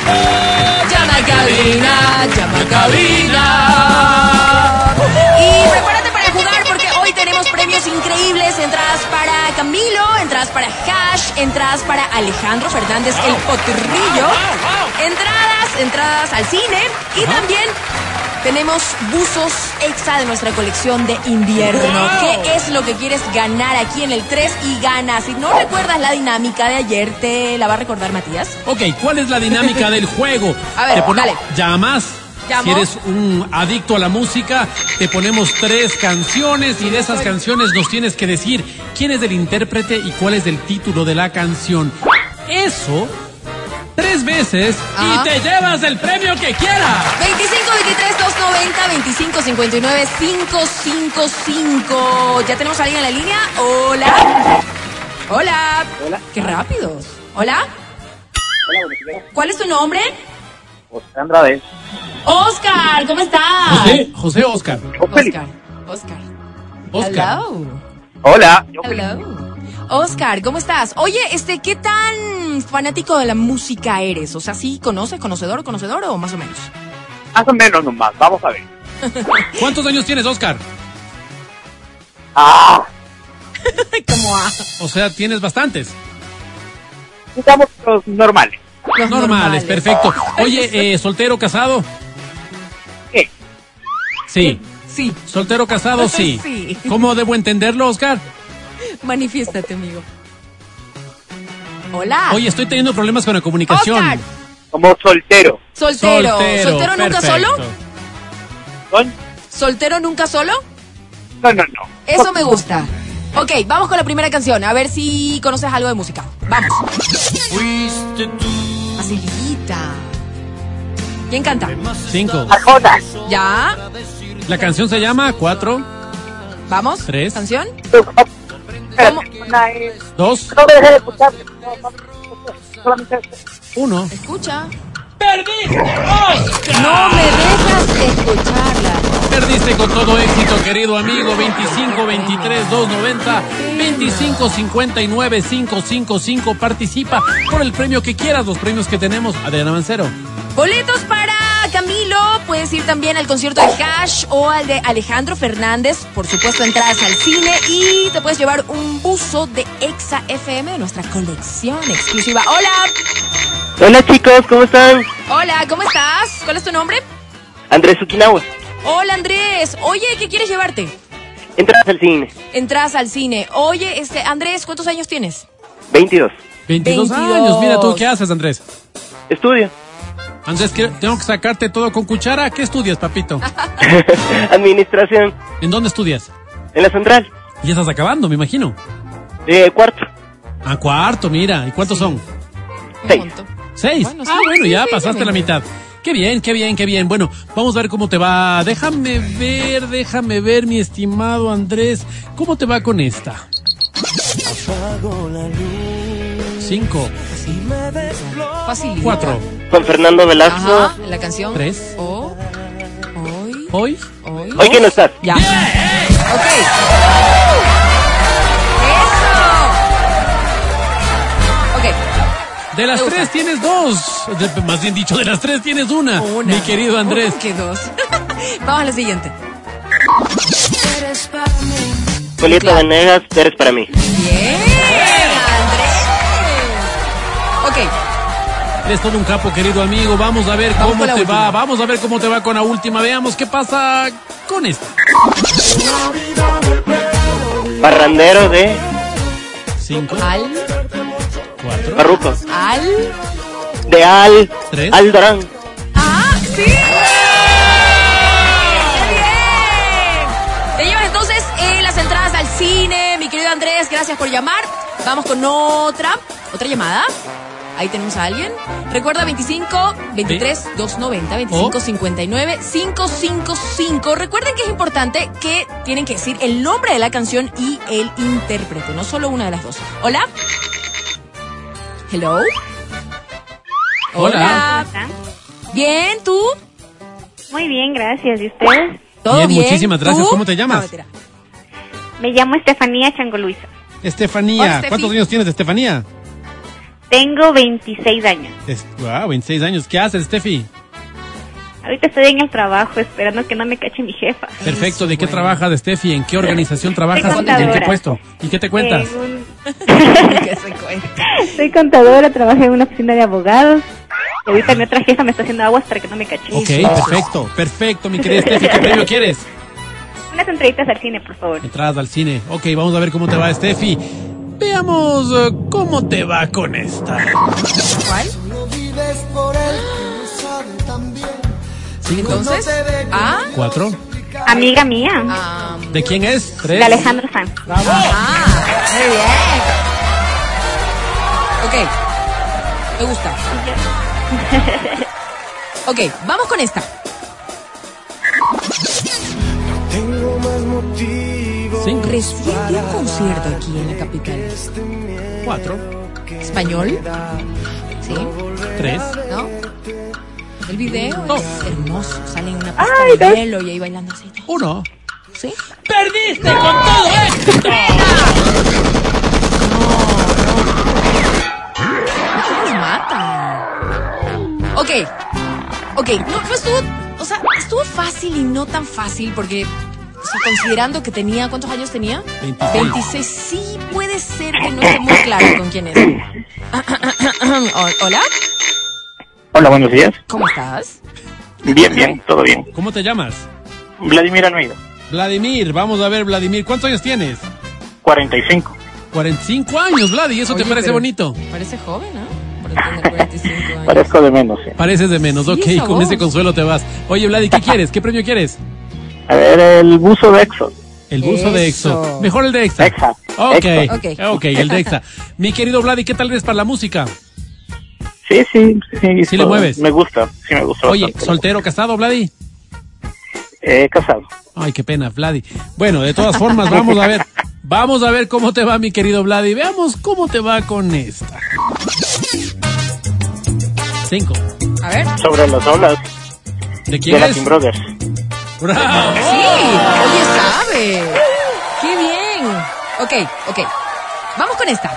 Llama a cabina, llama a cabina. Y prepárate para jugar porque hoy tenemos premios increíbles. Entradas para Camilo, entradas para Hash, entradas para Alejandro Fernández el Potrillo, entradas, entradas al cine y también tenemos buzos extra de nuestra colección de invierno. Wow. ¿Qué es lo que quieres ganar aquí en el 3 y gana? Si no recuerdas la dinámica de ayer, te la va a recordar Matías. Ok, ¿cuál es la dinámica del juego? A ver, Te pone- dale. Llamas. Llamo. Si eres un adicto a la música, te ponemos tres canciones y de esas canciones nos tienes que decir quién es el intérprete y cuál es el título de la canción. Eso tres veces Ajá. y te llevas el premio que quieras. 25 23 290 25 59 555. ¿Ya tenemos a alguien en la línea? Hola. Hola. Hola. Qué rápidos. Hola. ¿Cuál es tu nombre? José Andrade. Oscar, ¿cómo estás? José, José Oscar. Oh, Oscar. Oscar. Oscar. Hello. Hola. Yo feliz. Hello. Oscar, ¿cómo estás? Oye, este, ¿qué tan fanático de la música eres? O sea, ¿sí conoces, conocedor, conocedor o más o menos? Más o menos nomás, vamos a ver. ¿Cuántos años tienes, Oscar? Ah, Como a O sea, tienes bastantes. estamos los normales. los Normales, perfecto. Oye, eh, soltero, casado. ¿Qué? Sí. Eh, Sí, Soltero, casado, sí. Sí. ¿Cómo debo entenderlo, Oscar? Manifiéstate, amigo. Hola. Oye, estoy teniendo problemas con la comunicación. Ah. Oscar, Como soltero. soltero. ¿Soltero, nunca perfecto. solo? ¿Son? ¿Soltero nunca solo? No, no, no. Eso me gusta. Ok, vamos con la primera canción. A ver si conoces algo de música. Vamos. Fuiste tú, Facilita. ¿Quién canta? Cinco. Arjona. ¿Ya? La canción se llama Cuatro, ¿Vamos? Tres. ¿Canción? Eh, Espérate, ¿Cómo? Arjona es- dos, No me dejes de escuchar. No, no, no, solamente- uno. Escucha. ¡Perdí! No me dejas escucharla. Perdiste con todo éxito, querido amigo. 25, 23, 290, 25, 59, 555. Participa por el premio que quieras. Los premios que tenemos. Adriana Mancero. Boletos para Camilo. Puedes ir también al concierto de Cash o al de Alejandro Fernández. Por supuesto, entradas al cine y te puedes llevar un buzo de Exa FM de nuestra colección exclusiva. Hola, Hola chicos, ¿cómo están? hola, ¿cómo estás? ¿Cuál es tu nombre? Andrés Ukinawa, Hola, Andrés. Oye, ¿qué quieres llevarte? entras al cine, Entradas al cine. Oye, este Andrés, ¿cuántos años tienes? 22, 22, 22. años. Mira tú, ¿qué haces, Andrés? estudio, Andrés, ¿qué- tengo que sacarte todo con cuchara. ¿Qué estudias, papito? administración, ¿En dónde estudias? en la central, Ya estás acabando, me imagino. eh, cuarto, A cuarto, mira. ¿Y cuántos son? Seis. Seis. Bueno, ah, sí, bueno, sí, ya sí, pasaste sí, la sí. mitad. Qué bien, qué bien, qué bien. Bueno, vamos a ver cómo te va. Déjame ver, déjame ver, mi estimado Andrés. ¿Cómo te va con esta? apago la luz Cinco, y me desbloqueo. Fácil. cuatro, Juan Fernando Velasco. Ajá, la canción. Tres. O. Hoy. hoy. Hoy. Hoy que no estás. Ya. Ok. Eso. Ok. De las Me gusta. tres tienes dos. De- más bien dicho, de las tres tienes una. Una. Mi querido Andrés. Uy, Que dos. Vamos a la siguiente. Julieta Claro. Venegas, eres para mí. Bien. Andrés. Ok. Eres todo un capo, querido amigo. Vamos a ver Vamos cómo con la te última. va. Vamos a ver cómo te va con la última. Veamos qué pasa con este. esta. Barrandero de Cinco, Al. cuatro. Barruco, Al. de Al, Tres. Al Dorán. ¡Ah! ¡Sí! ¡Qué bien! Te llevas entonces eh, las entradas al cine, mi querido Andrés, gracias por llamar. Vamos con otra, otra llamada. Ahí tenemos a alguien. Recuerda 25 23 290 25 59 555. Recuerden que es importante que tienen que decir el nombre de la canción y el intérprete, no solo una de las dos. Hola. Hello. Hola. Hola. Bien, tú. Muy bien, gracias. ¿Y ustedes? ¿Todo bien? Bien, muchísimas gracias. ¿Tú? ¿Cómo te llamas? No, mentira. Me llamo Estefanía Chango Luisa. Estefanía. Hola, Estefi. ¿Cuántos años tienes, Estefanía? Tengo 26 años. Es- wow, 26 años. ¿Qué haces, Steffi? Ahorita estoy en el trabajo esperando que no me cache mi jefa. Perfecto. ¿De qué trabajas, Steffi? ¿En qué organización trabajas? ¿En qué contadora. puesto? ¿Y qué te cuentas? Eh, En un- Que se cuenta. soy contadora, trabajo en una oficina de abogados. Y ahorita mi otra jefa me está haciendo aguas para que no me cache. Ok, perfecto. Perfecto, mi querida Steffi. ¿Qué premio quieres? Unas entraditas al cine, por favor. Entradas al cine. Ok, vamos a ver cómo te va, Steffi. Veamos eh, cómo te va con esta. ¿Cuál? No vives por él, que lo sabe también. Entonces, ah, ¿Cuatro? Amiga mía, ah, ¿De quién es? ¿Tres? de Alejandro Sanz. Oh. ah, muy bien. Ok, me gusta. Ok, vamos con esta. Tengo más motivos Cinco. Reciente un concierto aquí en la capital. ¿Cuatro? Español. Sí, ¿Tres? ¿no? El video Dos. es hermoso. Sale en una pista Ay, de dos. hielo y ahí bailando así. ¿Uno? ¿Sí? ¡Perdiste con todo esto! ¿Cómo lo matan? Ok, ok, no, no estuvo, o sea, estuvo fácil y no tan fácil porque, o sea, considerando que tenía, ¿cuántos años tenía? 26. 26, sí puede ser que no esté muy claro con quién es. O- Hola, Hola, buenos días. ¿cómo estás? Bien, bien, todo bien. ¿Cómo te llamas? Vladimir Almeida, Vladimir, vamos a ver, Vladimir, ¿cuántos años tienes? 45. 45 años, Vladi, ¿eso te Oye, parece pero bonito? Parece joven, ¿no? Por tener 45 años. Parezco de menos, sí. Pareces de menos, Sí, ok, esa con voz. ese consuelo te vas. Oye, Vladi, ¿qué quieres? ¿Qué premio quieres? A ver, el buzo de Exxon. El buzo de Eso. EXO. Mejor el de EXA. Exa. Ok, Exa. Ok. ok, el de EXA. Mi querido Vladi, ¿qué tal eres para la música? Sí, sí, sí. ¿Sí le todo. mueves? Me gusta, sí me gusta. Oye, bastante. ¿soltero, casado, Vladi? Eh, casado. Ay, qué pena, Vladi. Bueno, de todas formas, vamos a ver. Vamos a ver cómo te va, mi querido Vladi. Veamos cómo te va con esta. Cinco. A ver, Sobre las olas ¿De quién de es? Latin Brothers. ¡Bravo! sí, oye, sabe. Qué bien. Ok, ok, vamos con esta.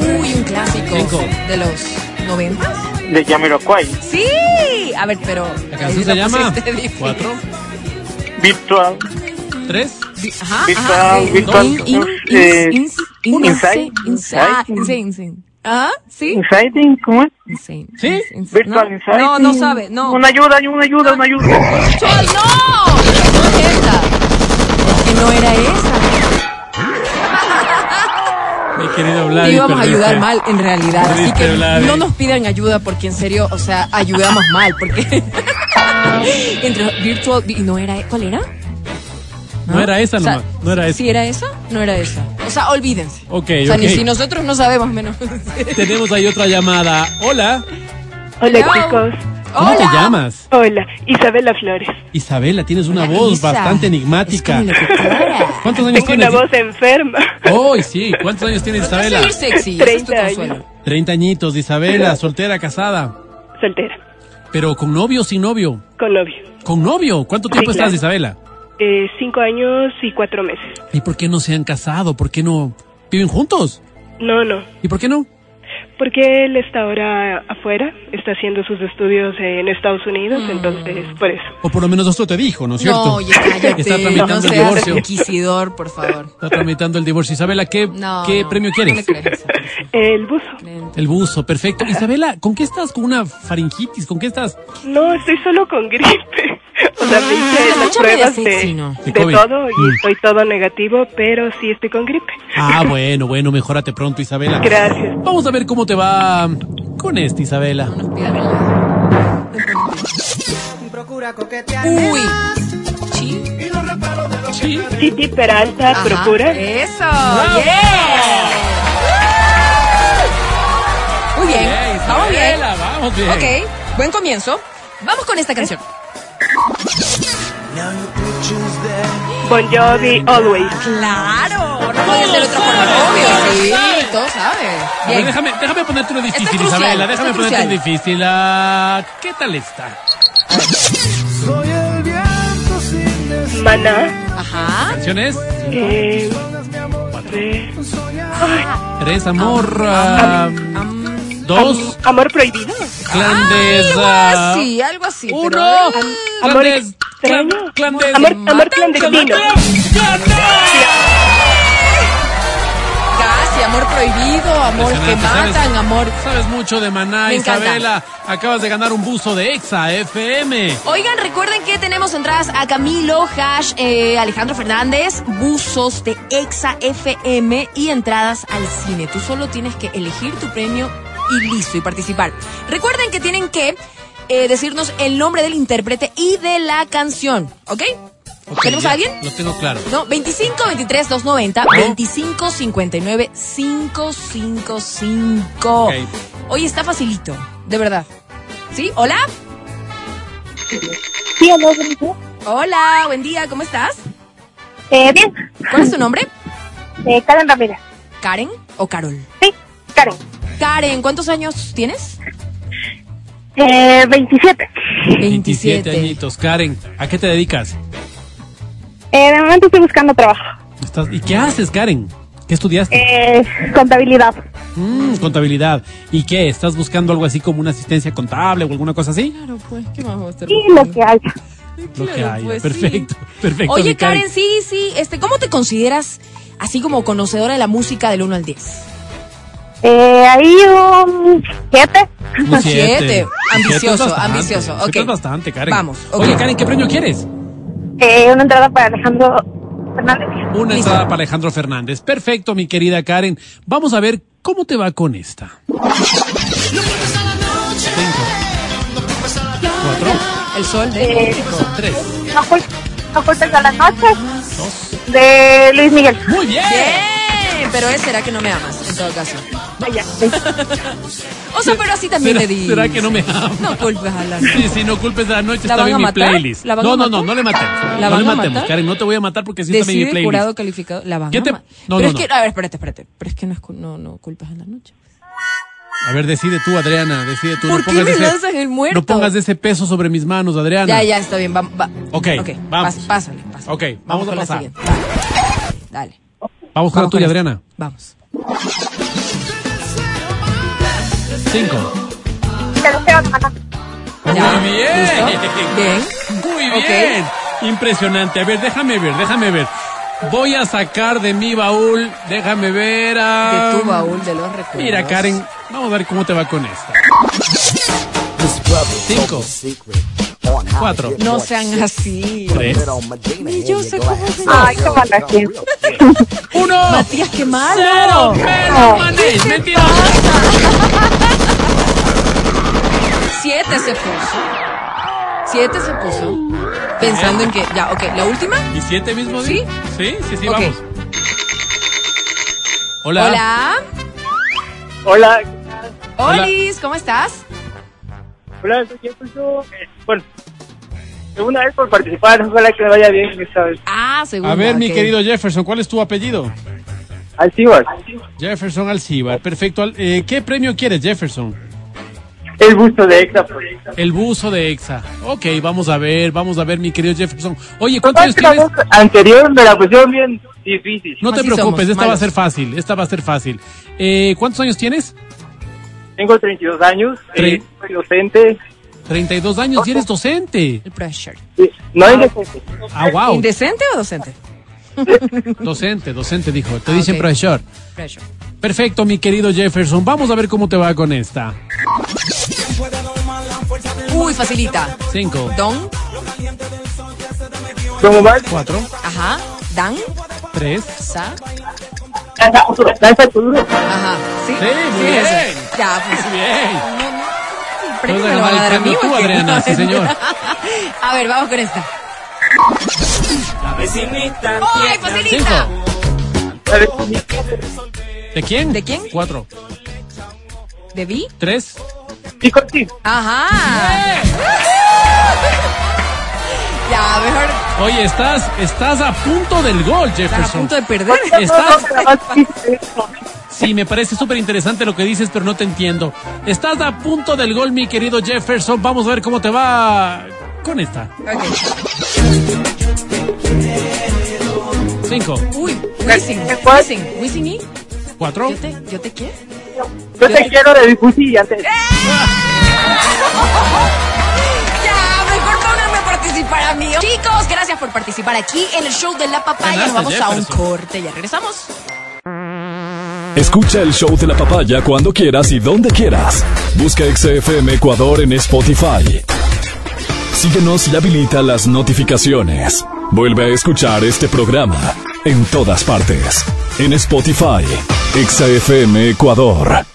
Uy, un clásico Cinco. de los noventas. De Jamiroquai. Sí. A ver, pero. La ahí canción la se llama pusiste difícil. Cuatro, Virtual. tres, Sí, Ajá, ajá. Virtual- eh, virtual- in- in- eh, in- ins- in- inside, insane, ah, inside. insane, insane. Ah, sí. Insiding, ¿cómo es? Insane. ¿Sí? ins- ins- Virtual no, Insight. No, no sabe, no. Una ayuda, una ayuda, una ayuda. ¡Virtual, no! No es esa. Que no era esa. mi querido Te Vladi. íbamos a perdiste. ayudar mal, en realidad. Así Perdiste, que Vladi. no nos pidan ayuda porque, en serio, o sea, ayudamos mal. Porque. Entre virtual. ¿Y no era. ¿Cuál era? No era esa O sea, nomás, no era esa. Si era esa, no era esa. O sea, olvídense. Ok, O sea, ni ok. si nosotros no sabemos menos. Tenemos ahí otra llamada. Hola, Hola Hello. chicos. ¿cómo te llamas? Hola, Isabela Flores. Isabela, tienes una Hola, voz Isa. bastante enigmática. Es como locutora. ¿Cuántos años Tengo una tienes? voz enferma. Hoy sí, ¿cuántos años tienes, Isabela? Soy sexy, ese es tu 30 consuelo. años. Treinta añitos, Isabela, soltera, casada. Soltera, Pero con novio o sin novio. con novio. Con novio, ¿cuánto tiempo claro. estás, Isabela? Eh, cinco años y cuatro meses. ¿Y por qué no se han casado? ¿Por qué no viven juntos? No, no. ¿Y por qué no? Porque él está ahora afuera, está haciendo sus estudios en Estados Unidos, Mm. entonces por eso. O por lo menos eso te dijo, ¿no es cierto? No, ya cállate. Está tramitando no el seas divorcio. inquisidor, por favor. Está tramitando el divorcio. Isabela, ¿qué, No. ¿qué premio No me quieres? creas. El buzo. el buzo, perfecto. Isabela, ¿con qué estás? ¿Con una faringitis? ¿Con qué estás? No, estoy solo con gripe. O sea, me Ah, hice las Escúchame de pruebas de, sexy, ¿no? De de COVID. todo y Mm. estoy todo negativo, pero sí estoy con gripe. Ah, bueno, bueno, mejórate pronto, Isabela. Gracias. Vamos a ver cómo te va con esta, Isabela. No nos pidan ayuda. Procura coquetear. Uy. Sí. Sí. Titi Peralta Ajá, procura. Eso. Yeah. Muy bien. Bien, Vamos bien. Isabela, vamos bien. Ok. Buen comienzo. Vamos con esta canción. Now your picture's there. Bon Jovi, Always. Claro. No podía ser de otra forma. Obvio. Sí. Todo sabe. A ver, Bien. déjame, déjame ponerte una difícil, crucial, Isabela. está Déjame ponerte crucial. una difícil. Ah, ¿Qué tal está? Soy el viento sin destino. Maná. Ajá. ¿Canciones? eh, Tres. Tres, amor. ah, Dos, ah. Am- amor prohibido. Algo clandesa. así, algo así. pero- Uno. Amor Clandes. extraño. Clandes. Amor, amor Matan- clandestino. Clandes. Casi, amor prohibido, amor que Impresionante, ¿sabes? matan, amor. Sabes mucho de Maná, Me encanta. Isabela. Acabas de ganar un buzo de Exa FM. Oigan, recuerden que tenemos entradas a Camilo, Hash, eh, Alejandro Fernández, buzos de Exa FM y entradas al cine. Tú solo tienes que elegir tu premio y listo y participar. Recuerden que tienen que eh, decirnos el nombre del intérprete y de la canción, ¿ok? Ok, ¿Tenemos ya, a alguien? Lo tengo claro. No, 25 23 290 25 59 555. Ok. Oye, está facilito, de verdad. ¿Sí? ¿Hola? Sí, aló, buen día. Hola, buen día, ¿cómo estás? Eh, bien, ¿Cuál es tu nombre? eh, Karen Ramírez. ¿Karen o Carol? Sí, Karen. Karen, ¿cuántos años tienes? Eh, 27. 27 añitos. Karen, ¿a qué te dedicas? Eh, de momento estoy buscando trabajo. Estás- ¿Y qué haces, Karen? ¿Qué estudiaste? Eh, contabilidad. Mm, contabilidad. ¿Y qué? ¿Estás buscando algo así como una asistencia contable o alguna cosa así? Claro, pues, ¿qué más vamos a hacer? Y lo que hay. Lo que Claro, haya. pues, sí. perfecto, perfecto. mi Oye, Karen, sí, sí, este, ¿cómo te consideras así como conocedora de la música del 1 al 10? Eh, ahí un 7. Un siete. Siete. Un Ambicioso, siete es bastante. ambicioso, Siete ok. es bastante, Karen. Vamos, ok. Oye, Karen, ¿qué premio quieres? Eh, una entrada para Alejandro Fernández. Listo. Una entrada para Alejandro Fernández. Perfecto, mi querida Karen. Vamos a ver cómo te va con esta. Cinco, cuatro, El sol de Eh, tres, no ocultes no ocultes a las noches. De Luis Miguel. Muy bien. Bien, pero es será que no me amas, en todo caso. Ay, ya, sí. O sea, pero así también ¿Será- le di. será que no me amas? No culpes a la Sí, sí, no culpes de la noche, ¿La estaba van en a mi matar? playlist. ¿La van no, a no, no, matar? no le matemos. ¿La no le van a matemos, matar? Karen, no te voy a matar porque sí estaba en mi Decide playlist. jurado calificado. La van ¿Qué a te- ma- No, pero no, es que, no. a ver, espérate, espérate. Pero es que no, es, cu- no, no culpas a la noche. A ver, decide tú, Adriana, decide tú. ¿Por no qué pongas me ese- lanzas el muerto? No pongas ese peso sobre mis manos, Adriana. Ya, ya, está bien. Va, va. Ok, vamos. Vamos. pásale, pásale. Ok, vamos a con la pasar. siguiente. Dale. Dale. Vamos con la Vamos con esta. tuya, Adriana. Vamos. Cinco. Te deseo de Maná. Ya. Muy bien. ¿Listo? Bien. Muy Ok. bien. Impresionante. A ver, déjame ver, déjame ver. Voy a sacar de mi baúl, déjame ver a... De tu baúl de los recuerdos. Ah. Mira, Karen, vamos a ver cómo te va con esta. Cinco. Cuatro. No sean así. Tres. Ni yo sé cómo se Ay, qué mala gente. Uno. Matías, qué malo. Cero. Pero, manéis, mentira. Siete se puso. Siete se puso. Pensando en que. Ya, ok. La última. ¿Y siete mismo? Sí. Sí, sí, sí, Ok. vamos. Hola. Hola. Hola. Hola. Olis, ¿cómo estás? Hola, soy Jesús. Bueno, segunda vez por participar. Ojalá que me vaya bien esta vez. Ah, seguro. A ver, mi querido Jefferson, ¿cuál es tu apellido? Alcibar. Jefferson Alcibar, perfecto. Al- eh, ¿Qué premio quieres, Jefferson? El gusto de Exa. pues. por Exa. El buzo de Exa. Ok, vamos a ver, vamos a ver, mi querido Jefferson. Oye, Pues ¿cuántos Capaz años que la tienes? vez anterior me la pusieron bien difícil. No te Así preocupes, somos, esta va a malos. ser fácil, esta va a ser fácil. Eh, ¿Cuántos años tienes? Tengo 32 años. Tre- eh, soy docente. 32 años y eres docente. El pressure. eh, No indecente. Ah, wow. ¿Indecente o docente? Docente, docente, dijo. Te Ah, dicen ok. profesor. Pressure. Perfecto, mi querido Jefferson. Vamos a ver cómo te va con esta. Uy, facilita. Cinco, Don, Como más. cuatro, ajá. Dan, tres. sa, Lanza futuro, Lanza futuro. ajá. ¿Sí? Sí, muy Sí, eso. bien. Ya, pues. Muy bien. No, no. El Nos premio me lo deja van a dar a mí, marcando tú, ¿o qué? Adriana, sí, señor. A ver, vamos con esta. ¡Ay, pues, facilita! Cinco. A ver, sí, ¿De quién? ¿De quién? Cuatro, ¿De Vi? tres. sí, con- sí. Ajá. Ya, mejor Oye, estás, estás a punto del gol, estar a Jefferson. punto de perder. Estás, Ay, sí, me parece súper interesante lo que dices, pero no te entiendo. Estás a punto del gol, mi querido Jefferson. Vamos a ver cómo te va con esta. Ok. Cinco, Uy, Wisin. Wisin. Wisin y. ¿Cuatro? Yo te, yo te quiero. ¡Eh! Yo te quiero de Bicusi antes. Ya, mejor pónganme a participar a mí. Chicos, gracias por participar aquí en el show de la papaya. Nos Ganaste, vamos a un Jefferson. corte. Ya regresamos. Escucha el show de la papaya cuando quieras y donde quieras. Busca XFM Ecuador en Spotify. Síguenos y habilita las notificaciones. Vuelve a escuchar este programa en todas partes. En Spotify, XFM Ecuador.